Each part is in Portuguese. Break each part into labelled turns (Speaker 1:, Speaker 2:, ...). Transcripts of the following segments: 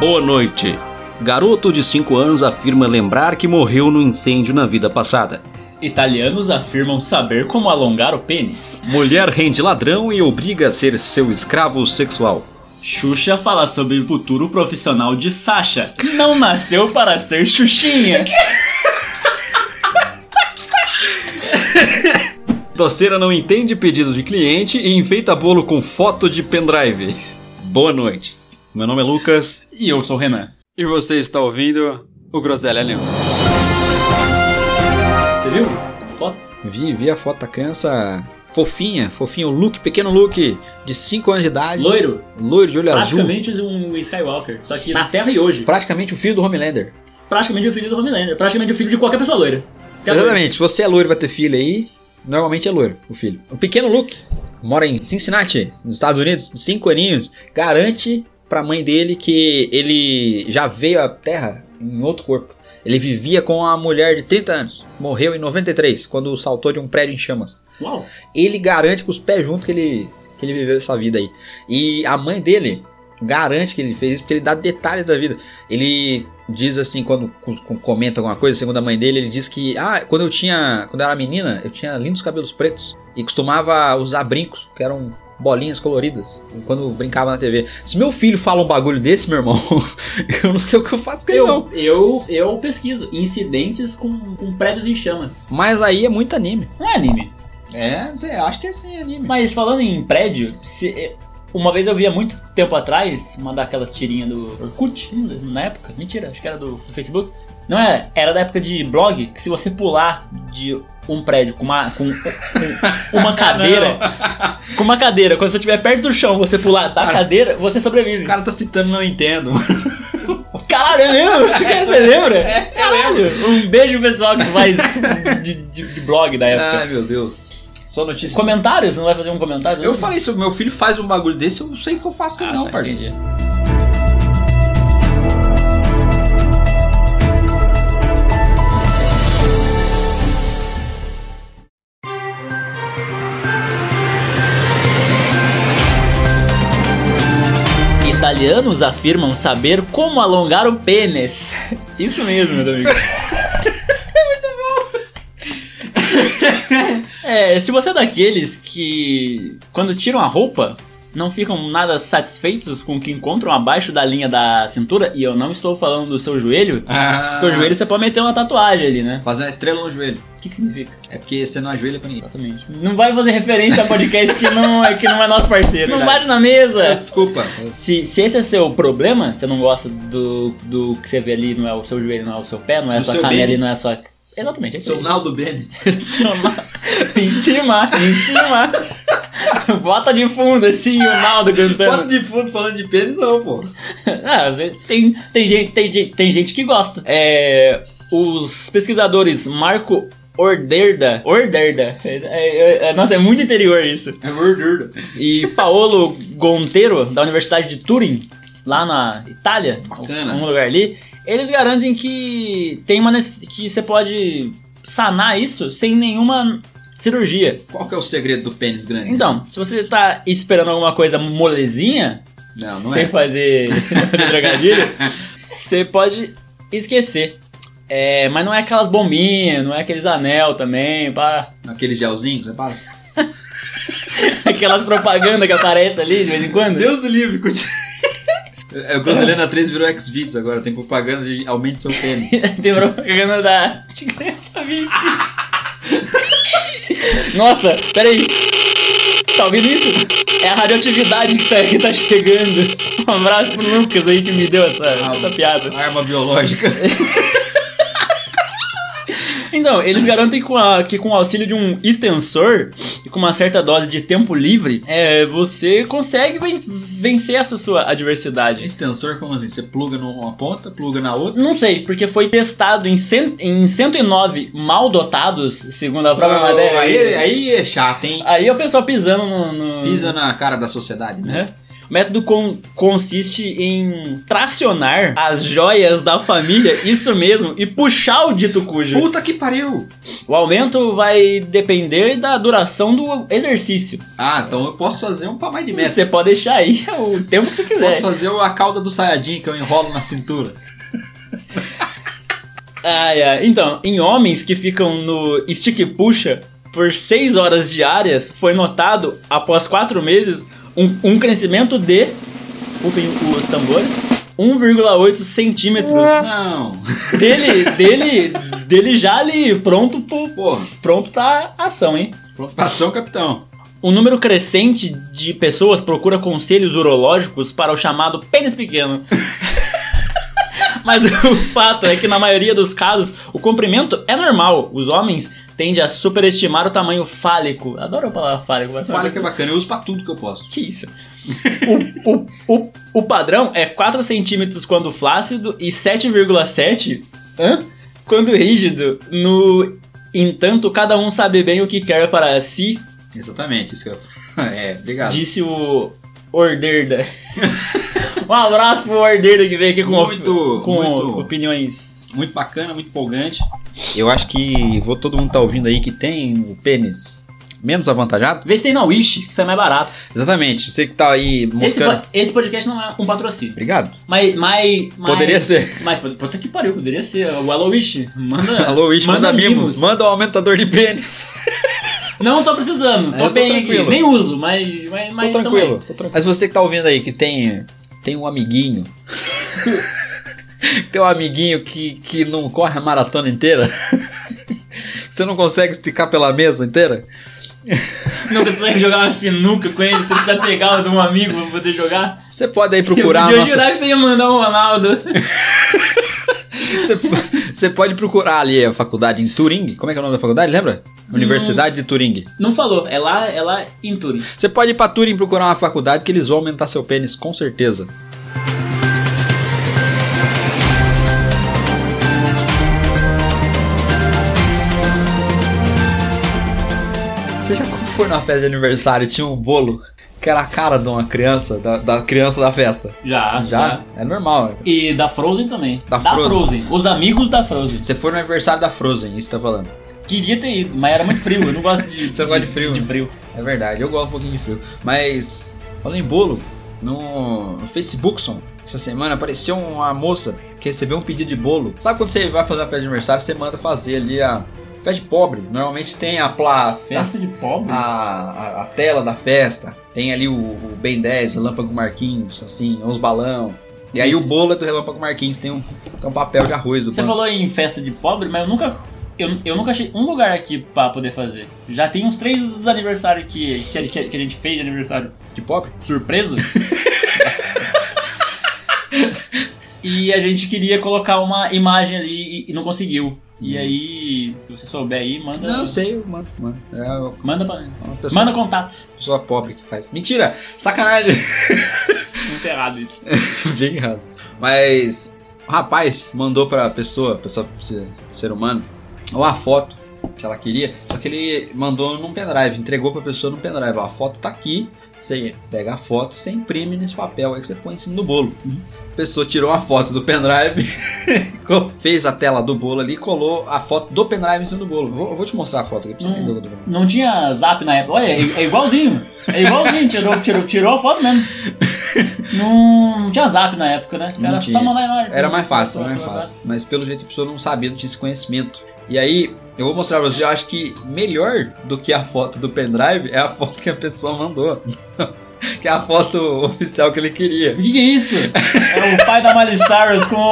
Speaker 1: Boa noite. Garoto de 5 anos afirma lembrar que morreu no incêndio na vida passada.
Speaker 2: Italianos afirmam saber como alongar o pênis.
Speaker 1: Mulher rende ladrão e obriga a ser seu escravo sexual.
Speaker 2: Xuxa fala sobre o futuro profissional de Sasha. Não nasceu para ser Xuxinha.
Speaker 1: Doceira não entende pedido de cliente e enfeita bolo com foto de pendrive. Boa noite. Meu nome é Lucas
Speaker 2: E eu sou o Renan.
Speaker 1: e você está ouvindo o Groselha News.
Speaker 2: Você viu? Foto?
Speaker 1: Vi, vi a foto da criança fofinha, fofinha, o Luke, pequeno Luke, de 5 anos de idade,
Speaker 2: Loiro.
Speaker 1: loiro de olho É azul.
Speaker 2: Praticamente um Skywalker. Só que na Terra e hoje.
Speaker 1: Praticamente o filho do Homelander.
Speaker 2: Praticamente o filho do Homelander. Praticamente o filho de qualquer pessoa loira. Que é loira.
Speaker 1: Exatamente, se você é loiro e vai ter filho aí, normalmente é loiro o filho. O pequeno Luke, mora em Cincinnati, nos Estados Unidos, de 5 aninhos, garante pra mãe dele que ele já veio à Terra em outro corpo. Ele vivia com uma mulher de 30 anos, morreu em 93, quando saltou de um prédio em chamas.
Speaker 2: Uau.
Speaker 1: ele garante com os pés juntos que ele, que ele viveu essa vida aí. E a mãe dele garante que ele fez isso porque ele dá detalhes da vida. Ele diz assim, quando co- co- comenta alguma coisa, segundo a mãe dele, ele diz que, ah, quando eu tinha, quando eu era menina, eu tinha lindos cabelos pretos e costumava usar brincos, que eram bolinhas coloridas, quando brincava na TV. Se meu filho fala um bagulho desse, meu irmão, eu não sei o que eu faço com ele, não.
Speaker 2: Eu, eu, eu pesquiso incidentes com, com prédios em chamas.
Speaker 1: Mas aí é muito anime.
Speaker 2: Não é anime.
Speaker 1: É, acho que é sim anime.
Speaker 2: Mas falando em prédio, se- eh, uma vez eu vi há muito tempo atrás uma daquelas tirinhas do Orkut, ainda, na época. Mentira, acho que era do, do Facebook. Não era, era da época de blog, que se você pular de um prédio com uma, com, com uma cadeira, com uma cadeira, quando você estiver perto do chão, você pular da
Speaker 1: Cara.
Speaker 2: cadeira, você sobrevive.
Speaker 1: O cara tá citando, não entendo.
Speaker 2: Caralho, é mesmo? Você lembra? Caralho. Um beijo pro pessoal que faz de, de- de blog da época.
Speaker 1: Ai, meu Deus. Só notícia.
Speaker 2: Comentários? Você não vai fazer um comentário?
Speaker 1: É. Eu falei, se o meu filho faz um bagulho desse, eu não sei o que eu faço com
Speaker 2: Ah,
Speaker 1: ele, não,
Speaker 2: tá,
Speaker 1: parceiro.
Speaker 2: entendi. Italianos afirmam saber como alongar o pênis. Isso mesmo, meu amigo. é muito bom. É, se você é daqueles que quando tiram a roupa não ficam nada satisfeitos com o que encontram abaixo da linha da cintura, e eu não estou falando do seu joelho,
Speaker 1: Ah,
Speaker 2: porque o joelho você pode meter uma tatuagem ali, né?
Speaker 1: Fazer uma estrela no joelho.
Speaker 2: O que, que significa?
Speaker 1: É porque você não ajoelha pra ninguém.
Speaker 2: Exatamente. Não vai fazer referência a podcast que não, é- que não é nosso parceiro. Não bate na mesa!
Speaker 1: Desculpa.
Speaker 2: Se, se esse é seu problema, você não gosta do, do que você vê ali, não é o seu joelho, não é o seu pé, não é a
Speaker 1: Do
Speaker 2: sua
Speaker 1: seu
Speaker 2: canela e
Speaker 1: pênis.
Speaker 2: não é a sua. Exatamente, é isso aí.
Speaker 1: Seu Naldo Benes.
Speaker 2: Sensacional. em cima, em cima. Bota de fundo assim o Naldo cantando.
Speaker 1: Bota de fundo falando de pênis, não, pô.
Speaker 2: Ah, às vezes tem, tem, gente, tem, gente- tem gente que gosta. É, os pesquisadores Marco Orderda. Orderda. É, é, é, nossa, é muito interior isso.
Speaker 1: É gordura.
Speaker 2: E Paolo Gonteiro, da Universidade de Turim, lá na Itália,
Speaker 1: Bacana.
Speaker 2: um lugar ali, eles garantem que tem uma necess- que você pode sanar isso sem nenhuma cirurgia.
Speaker 1: Qual que é o segredo do pênis grande?
Speaker 2: Então, se você tá esperando alguma coisa molezinha,
Speaker 1: Não, não
Speaker 2: sem
Speaker 1: é.
Speaker 2: fazer, fazer trocadilho, você pode esquecer. É, mas não é aquelas bombinhas, não é aqueles anel também, pá.
Speaker 1: Aquele gelzinho que você passa.
Speaker 2: Aquelas propagandas que aparecem ali de vez em quando.
Speaker 1: Deus livre, continua. É, o Brasileiro 3 virou X-Videos agora, tem propaganda de aumente seu pênis.
Speaker 2: Tem propaganda da criança vinte. Nossa, peraí. Tá ouvindo isso? É a radioatividade que tá, que tá chegando. Um abraço pro Lucas aí que me deu essa,
Speaker 1: Ah,
Speaker 2: essa piada.
Speaker 1: Arma biológica.
Speaker 2: Então, eles garantem com a- que com o auxílio de um extensor e com uma certa dose de tempo livre, é, você consegue ven- vencer essa sua adversidade.
Speaker 1: Extensor, como assim? Você pluga numa ponta, pluga na outra.
Speaker 2: Não sei, porque foi testado em, cen- em 109 mal dotados, segundo a própria matéria.
Speaker 1: aí, aí é chato, hein?
Speaker 2: Aí é o pessoal pisando no. no-
Speaker 1: Pisa na cara da sociedade, né?
Speaker 2: né? O método con- consiste em tracionar as joias da família, isso mesmo, e puxar o dito cujo.
Speaker 1: Puta que pariu!
Speaker 2: O aumento vai depender da duração do exercício.
Speaker 1: Ah, então eu posso fazer um pra mais de metro.
Speaker 2: Você pode deixar aí o tempo que você quiser.
Speaker 1: Posso fazer a cauda do Sayajin que eu enrolo na cintura.
Speaker 2: Ai, ai. Então, em homens que ficam no stick e puxa por 6 horas diárias, foi notado, após 4 meses, um, um crescimento de. Pufem os tambores. 1,8 centímetros
Speaker 1: Não,
Speaker 2: dele, dele, dele já ali pronto, pro-
Speaker 1: porra.
Speaker 2: pronto pra ação, hein?
Speaker 1: Pronto, passou, capitão.
Speaker 2: Um número crescente de pessoas procura conselhos urológicos para o chamado pênis pequeno. Mas o fato é que na maioria dos casos o comprimento é normal. Os homens tendem a superestimar o tamanho fálico. Adoro a palavra fálico, mas
Speaker 1: Fala que é bacana, eu uso pra tudo que eu posso.
Speaker 2: que isso? O, o, o, o padrão é 4 centímetros quando flácido e 7,7 hã? quando rígido. No entanto, cada um sabe bem o que quer para si,
Speaker 1: Exatamente, isso que eu... É, obrigado.
Speaker 2: disse o Orderda. um abraço pro Orderda que veio aqui com,
Speaker 1: Muito,
Speaker 2: com
Speaker 1: muito.
Speaker 2: opiniões.
Speaker 1: Muito bacana, muito empolgante. Eu acho que vou todo mundo tá ouvindo aí que tem o pênis menos avantajado.
Speaker 2: Vê se tem na Wish, que isso é mais barato.
Speaker 1: Exatamente, você que tá aí
Speaker 2: Esse,
Speaker 1: moscando.
Speaker 2: po- esse podcast não é um patrocínio.
Speaker 1: Obrigado.
Speaker 2: Mas. mas, mas
Speaker 1: Poderia ser.
Speaker 2: Mas, puta que pariu, poderia ser. O Hello Wish. Manda.
Speaker 1: Alô, Wish, manda,
Speaker 2: manda
Speaker 1: mimos.
Speaker 2: mimos.
Speaker 1: Manda o aumentador de pênis.
Speaker 2: Não tô precisando,
Speaker 1: É,
Speaker 2: tô
Speaker 1: eu tô
Speaker 2: bem
Speaker 1: tranquilo.
Speaker 2: aqui. Nem uso, mas. mas mas então é
Speaker 1: tô
Speaker 2: tamo
Speaker 1: tranquilo,
Speaker 2: aí.
Speaker 1: tô tranquilo. Mas você que tá ouvindo aí que tem, tem um amiguinho. tem um amiguinho que, que não corre a maratona inteira. você não consegue esticar pela mesa inteira?
Speaker 2: Não consegue jogar uma sinuca com ele, você precisa pegar o de um amigo pra poder jogar.
Speaker 1: Você pode aí procurar a
Speaker 2: Eu podia
Speaker 1: nossa.
Speaker 2: jurar que você ia mandar um Ronaldo.
Speaker 1: Você, você pode procurar ali a faculdade em Turing. Como é que é o nome da faculdade? Lembra? Universidade de Turing.
Speaker 2: Não falou, é lá, é lá em Turing.
Speaker 1: Você pode ir pra Turing procurar uma faculdade que eles vão aumentar seu pênis, com certeza. Você já quando foi na festa de aniversário e tinha um bolo que era a cara de uma criança, da, da criança da festa?
Speaker 2: Já,
Speaker 1: Já? É normal. né?
Speaker 2: E da Frozen também.
Speaker 1: Da Frozen.
Speaker 2: Frozen. Os amigos da Frozen.
Speaker 1: Você foi no aniversário da Frozen, isso que tá falando.
Speaker 2: Queria ter ido, mas era muito frio. Eu não gosto de,
Speaker 1: Você não gosta de frio,
Speaker 2: de
Speaker 1: né?
Speaker 2: frio.
Speaker 1: É verdade, eu gosto um pouquinho de frio. Mas, falando em bolo, no Facebook, son, essa semana apareceu uma moça que recebeu um pedido de bolo. Sabe quando você vai fazer a festa de aniversário, você manda fazer ali a festa de pobre. Normalmente tem a pla... a-
Speaker 2: Festa de pobre?
Speaker 1: Ah, A, a tela da festa, tem ali o, o Ben 10, o Relâmpago Marquinhos, assim, uns balão. E aí o bolo é do Relâmpago Marquinhos, tem um, tem um papel de arroz do
Speaker 2: Você
Speaker 1: bolo.
Speaker 2: falou em festa de pobre, mas eu nunca. Eu, eu nunca achei um lugar aqui pra poder fazer. Já tem uns três aniversários que, que, a- que a gente fez de aniversário
Speaker 1: De pobre?
Speaker 2: surpresa. e a gente queria colocar uma imagem ali e, e não conseguiu. E
Speaker 1: Hum.
Speaker 2: aí, se você souber aí, manda.
Speaker 1: Não, eu sei, eu mando, mano. É
Speaker 2: Manda pra.
Speaker 1: uma pessoa
Speaker 2: Manda contato.
Speaker 1: Pessoa pobre que faz. Mentira! Sacanagem!
Speaker 2: Não tem errado isso.
Speaker 1: Bem errado. Mas o rapaz mandou pra pessoa, pessoa se- ser humano, uma foto que ela queria, só que ele mandou num pendrive, entregou pra pessoa num pendrive. Ó, A foto tá aqui, você pega a foto, você imprime nesse papel aí que você põe em cima do bolo. A pessoa tirou a foto do pendrive, co- fez a tela do bolo ali e colou a foto do pendrive em cima do bolo. Eu Vou, eu vou te mostrar a foto aqui pra você
Speaker 2: Hum.
Speaker 1: entender o que eu tô falando.
Speaker 2: Não tinha zap na época. Olha, é, é igualzinho. É igualzinho, tirou, tirou, tirou a foto mesmo. Não, não tinha zap na época, né?
Speaker 1: Não
Speaker 2: Era
Speaker 1: tinha.
Speaker 2: só mandar imagem.
Speaker 1: Era mais fácil, era mais
Speaker 2: Mandar.
Speaker 1: fácil. Mas pelo jeito a pessoa não sabia, não tinha esse conhecimento. E aí, eu vou mostrar pra vocês, eu acho que melhor do que a foto do pendrive é a foto que a pessoa mandou. que é a foto oficial que ele queria.
Speaker 2: O que, que é isso? É o pai da Miley Cyrus com,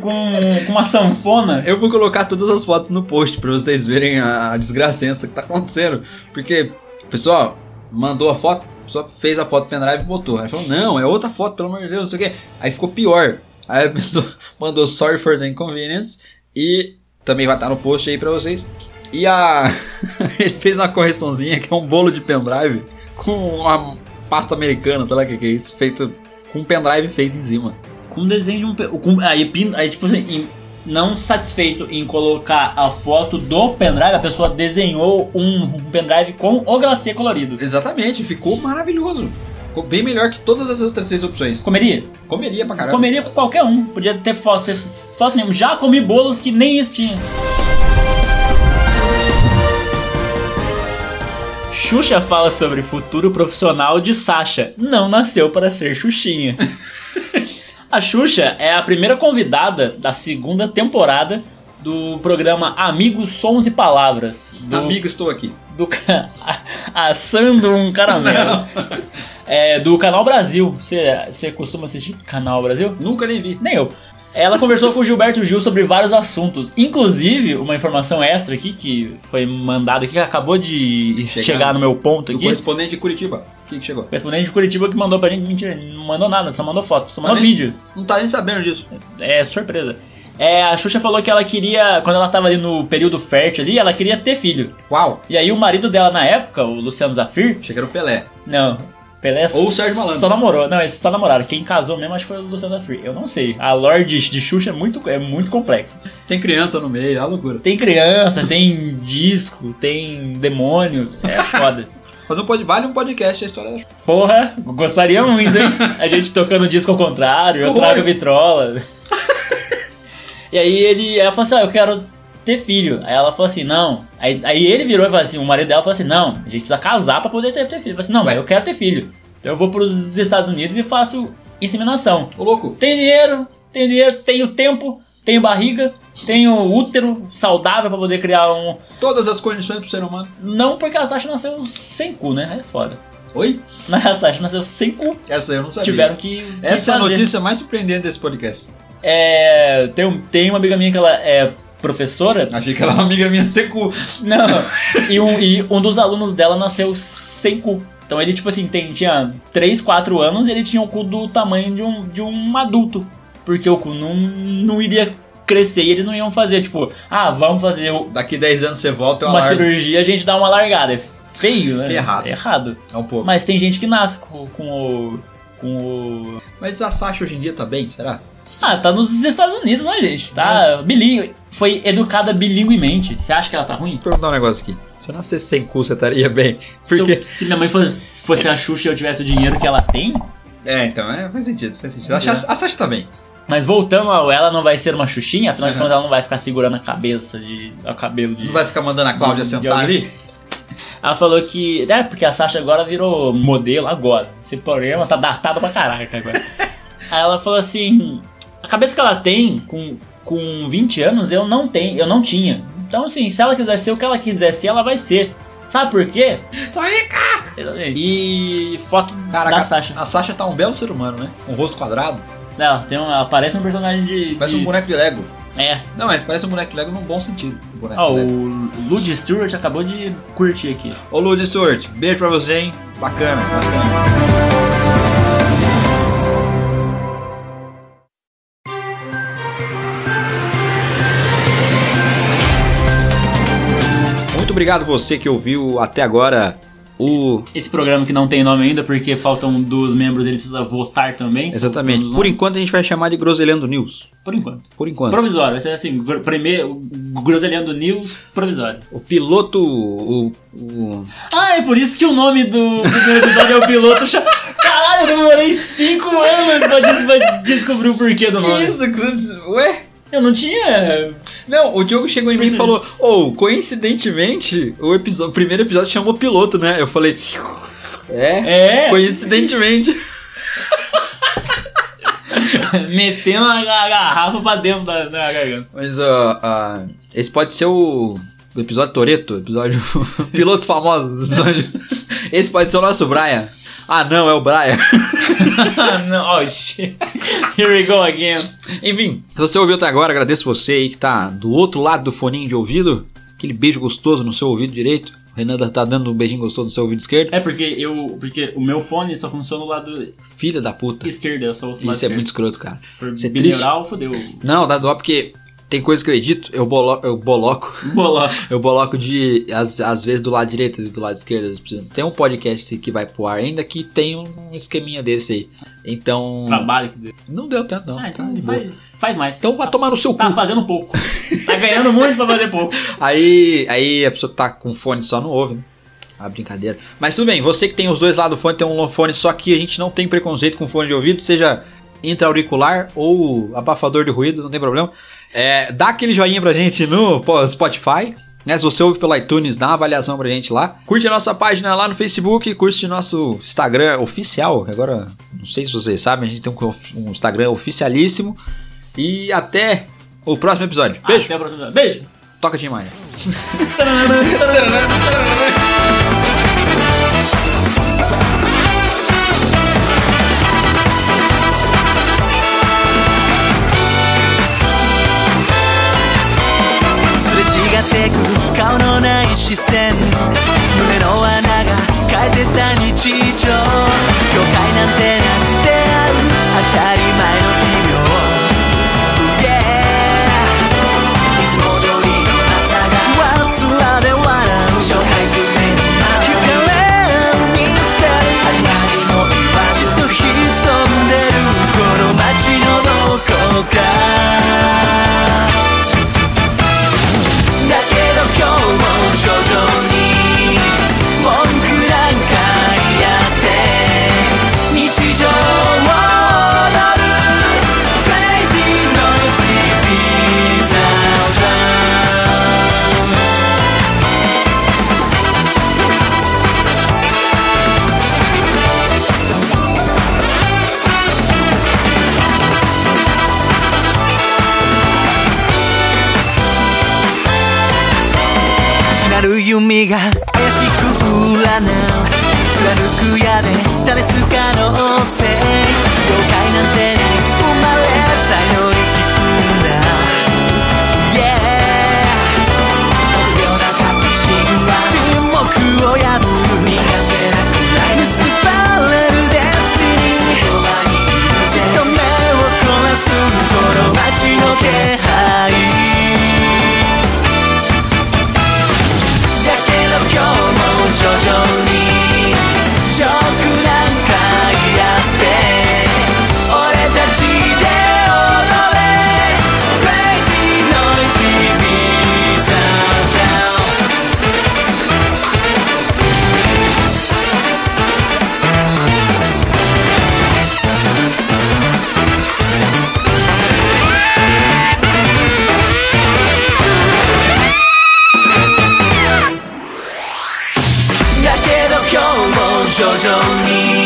Speaker 2: com, com uma sanfona.
Speaker 1: Eu vou colocar todas as fotos no post pra vocês verem a, a desgracença que tá acontecendo. Porque, pessoal, mandou a foto, só fez a foto do pendrive e botou. Aí falou, não, é outra foto, pelo amor de Deus, não sei o quê. Aí ficou pior. Aí a pessoa mandou sorry for the inconvenience e também vai estar no post aí pra vocês. E a. Ele fez uma correçãozinha que é um bolo de pendrive com uma pasta americana, sei lá o que, que é isso, feito com um pendrive feito em cima.
Speaker 2: Com desenho de um. pe- Com, aí, pin- aí, tipo assim, em- não satisfeito em colocar a foto do pendrive, a pessoa desenhou um pendrive com o glacê colorido.
Speaker 1: Exatamente, ficou maravilhoso. Co- Bem melhor que todas as outras seis opções.
Speaker 2: Comeria?
Speaker 1: Comeria pra caramba.
Speaker 2: Comeria com qualquer um. Podia ter foto, ter foto nenhuma. Já comi bolos que nem isso tinha. Xuxa fala sobre futuro profissional de Sasha. Não nasceu para ser Xuxinha. a Xuxa é a primeira convidada da segunda temporada do programa Amigos Sons e Palavras. Do
Speaker 1: Amigo, estou aqui.
Speaker 2: do ca- assando um caramelo. É, do Canal Brasil. Você você costuma assistir Canal Brasil?
Speaker 1: Nunca nem vi.
Speaker 2: Nem eu. Ela conversou com o Gilberto Gil sobre vários assuntos. Inclusive, uma informação extra aqui que foi mandada aqui, que acabou de
Speaker 1: Chegar.
Speaker 2: chegar, no meu ponto
Speaker 1: Do
Speaker 2: aqui.
Speaker 1: correspondente de Curitiba. Quem que chegou?
Speaker 2: Correspondente de Curitiba que mandou pra gente. Mentira, ele não mandou nada, só mandou foto, só mandou
Speaker 1: Também?
Speaker 2: vídeo.
Speaker 1: Não tá nem sabendo disso.
Speaker 2: É surpresa. É, a Xuxa falou que ela queria, quando ela tava ali no período fértil ali, ela queria ter filho.
Speaker 1: Uau!
Speaker 2: E aí o marido dela na época, o Luciano Zafir,
Speaker 1: Achei que era o Pelé.
Speaker 2: Não. Pelé
Speaker 1: Ou o Sérgio Malandro.
Speaker 2: Só namorou. Não, eles só namoraram. Quem casou mesmo acho que foi o Luciano Free. Eu não sei. A lore de, de Xuxa é muito, é muito complexa.
Speaker 1: Tem criança no meio, é uma loucura.
Speaker 2: Tem criança, tem disco, tem demônio. É foda.
Speaker 1: Mas um pod... vale um podcast a história da Xuxa.
Speaker 2: Porra, gostaria muito, hein? A gente tocando disco ao contrário, eu
Speaker 1: Porra.
Speaker 2: trago vitrola. E aí ele, ela falou assim, ó, eu quero ter filho. Aí ela falou assim, não. Aí, aí ele virou e falou assim, o marido dela falou assim, não, a gente precisa casar pra poder ter, ter filho. Eu falei assim, não,
Speaker 1: Ué.
Speaker 2: mas eu quero ter filho. Então eu vou pros Estados Unidos e faço inseminação.
Speaker 1: Ô louco,
Speaker 2: Tenho dinheiro, tenho dinheiro, tenho tempo, tenho barriga, tenho útero saudável pra poder criar um...
Speaker 1: todas as condições pro ser humano.
Speaker 2: Não porque a Sasha nasceu sem cu, né? É foda.
Speaker 1: Oi?
Speaker 2: Mas a Sasha nasceu sem cu.
Speaker 1: Essa eu não sabia.
Speaker 2: tiveram que. que
Speaker 1: Essa é a
Speaker 2: fazer.
Speaker 1: notícia mais surpreendente desse podcast.
Speaker 2: É, tem, um- tem uma amiga minha que ela é professora.
Speaker 1: Achei que ela é uma amiga minha secu.
Speaker 2: Não. e, um, e um dos alunos dela nasceu sem cu. Então ele, tipo assim, tem- tinha 3, 4 anos e ele tinha o cu do tamanho de um, de um adulto. Porque o cu não, não iria crescer e eles não iam fazer, tipo, ah, vamos fazer o-
Speaker 1: Daqui 10 anos você volta, eu
Speaker 2: uma
Speaker 1: alargo.
Speaker 2: cirurgia, a gente dá uma largada. É
Speaker 1: Então,
Speaker 2: feio,
Speaker 1: Isso
Speaker 2: né?
Speaker 1: que é errado.
Speaker 2: errado.
Speaker 1: É um pouco.
Speaker 2: Mas tem gente que nasce com, com o. Com o
Speaker 1: Mas a Sasha hoje em dia tá bem, será?
Speaker 2: Ah, tá nos Estados Unidos, né, gente? Tá
Speaker 1: Nossa.
Speaker 2: bilíngue. Foi educada bilinguemente. Você acha que ela tá ruim?
Speaker 1: Vou perguntar um negócio aqui. Se eu nascesse sem cu, você estaria bem. Porque.
Speaker 2: Se, eu- se minha mãe fosse, fosse a Xuxa e eu tivesse o dinheiro que ela tem.
Speaker 1: É, então, é, faz sentido, faz sentido. A,
Speaker 2: É.
Speaker 1: Sasha- a Sasha tá bem.
Speaker 2: Mas voltando ao ela não vai ser uma Xuxinha, afinal de
Speaker 1: Uhum.
Speaker 2: contas ela não vai ficar segurando a cabeça de. o cabelo de.
Speaker 1: Não vai ficar mandando a Cláudia
Speaker 2: de- de
Speaker 1: sentar
Speaker 2: alguém.
Speaker 1: ali?
Speaker 2: Ela falou que. É, porque a Sasha agora virou modelo agora. Esse programa tá datado pra caraca agora. Aí ela falou assim: a cabeça que ela tem com, com 20 anos eu não tenho, eu não tinha. Então, assim, se ela quiser ser o que ela quiser ser, ela vai ser. Sabe por quê?
Speaker 1: Tô aí, cara.
Speaker 2: E foto
Speaker 1: Caraca,
Speaker 2: da Sasha.
Speaker 1: A Sasha tá um belo ser humano, né? Um rosto quadrado.
Speaker 2: Ela, tem uma, ela parece um personagem de.
Speaker 1: Parece um
Speaker 2: de-
Speaker 1: boneco de Lego.
Speaker 2: É.
Speaker 1: Não, mas parece um boneco de Lego num bom sentido. Um boneco
Speaker 2: Ó,
Speaker 1: de Lego.
Speaker 2: Ah, o Lud Stewart acabou de curtir aqui.
Speaker 1: Ô Lud Stewart, beijo pra você, hein? Bacana, bacana. Muito obrigado você que ouviu até agora o.
Speaker 2: Esse programa que não tem nome ainda, porque faltam dois membros, ele precisa votar também.
Speaker 1: Exatamente. Por enquanto a gente vai chamar de Groselhando News.
Speaker 2: Por enquanto.
Speaker 1: Por enquanto.
Speaker 2: Provisório, vai ser assim, gr- primeiro, groselhando News, provisório.
Speaker 1: O piloto. O, o-
Speaker 2: Ah, é por isso que o nome do primeiro episódio é o piloto. cha- Caralho, eu demorei 5 anos pra, des- pra descobrir o porquê do nome.
Speaker 1: que você- Ué?
Speaker 2: Eu não tinha.
Speaker 1: Não, o Diogo chegou em mim e falou: Ou, coincidentemente, o, episo- o primeiro episódio chamou piloto, né? Eu falei: É,
Speaker 2: É,
Speaker 1: coincidentemente.
Speaker 2: metendo a ga- garrafa pra dentro da, da garganta.
Speaker 1: Mas ó, ah, esse pode ser o, o episódio Toreto, episódio Pilotos Famosos. episódio- Esse pode ser o nosso Brian. Ah, não, é o Brian.
Speaker 2: Ah, não, oh shit. Here we go again.
Speaker 1: Enfim, se você ouviu até agora, agradeço você aí que tá do outro lado do foninho de ouvido. Aquele beijo gostoso no seu ouvido direito. O Renan tá dando um beijinho gostoso no seu ouvido esquerdo.
Speaker 2: É porque eu. Porque o meu fone só funciona no lado
Speaker 1: Filha da puta.
Speaker 2: esquerdo, eu só ouço o lado
Speaker 1: Isso é
Speaker 2: esquerdo.
Speaker 1: muito escroto, cara.
Speaker 2: Por
Speaker 1: isso é
Speaker 2: binaural, fodeu.
Speaker 1: Não, dá dó porque tem coisa que eu edito, eu, bolo, eu boloco.
Speaker 2: Bola.
Speaker 1: Eu coloco de. Às, às vezes do lado direito e do lado esquerdo. às vezes. Tem um podcast que vai pro ar ainda que tem um esqueminha desse aí. Então.
Speaker 2: Trabalho que deu.
Speaker 1: Não deu tanto, não.
Speaker 2: Ah,
Speaker 1: tá
Speaker 2: então
Speaker 1: de boa.
Speaker 2: faz, faz mais.
Speaker 1: Então vai tomar no seu
Speaker 2: Tá
Speaker 1: cu.
Speaker 2: fazendo pouco. Tá ganhando muito pra fazer pouco.
Speaker 1: Aí, aí a pessoa tá com fone só um não ouve, né? A brincadeira. Mas tudo bem, você que tem os dois lados do fone, tem um fone só que a gente não tem preconceito com fone de ouvido, seja intra-auricular ou abafador de ruído, não tem problema. É, dá aquele joinha pra gente no pô, Spotify. Né? Se você ouve pelo iTunes, dá uma avaliação pra gente lá. Curte a nossa página lá no Facebook, curte nosso Instagram oficial. que Agora, não sei se vocês sabem, a gente tem um, um Instagram oficialíssimo. E até o próximo episódio. Beijo!
Speaker 2: Até a próxima. Beijo!
Speaker 1: Toca Tim Maia.
Speaker 3: すれ違ってく顔のない視線胸の穴が変えてた日常境界なんてなくて合う当たり前の微妙 Yeah いつも通りの朝がわつらで笑う紹介不明のまま光るインスタ始まりも言わずと潜んでるこの街のどこかだけど今日も徐々に文句なんかやって日常を踊る Crazy Noisy Pizza Jam しなる弓が怪しく占う貫く矢で誰すかのせい妖怪なんてね生まれ才能に効くんだ Yeah
Speaker 4: 臆病な確信は
Speaker 3: 沈黙を破る
Speaker 4: 苦手なくらい
Speaker 3: 結ばれるデスティニー
Speaker 4: そばにいる
Speaker 3: じっと目を凝らすこの街の気配だけど今日も徐々にジョークなんかやって俺たちで踊れ Crazy Noisy Pizza Sound「だけど今日も徐々に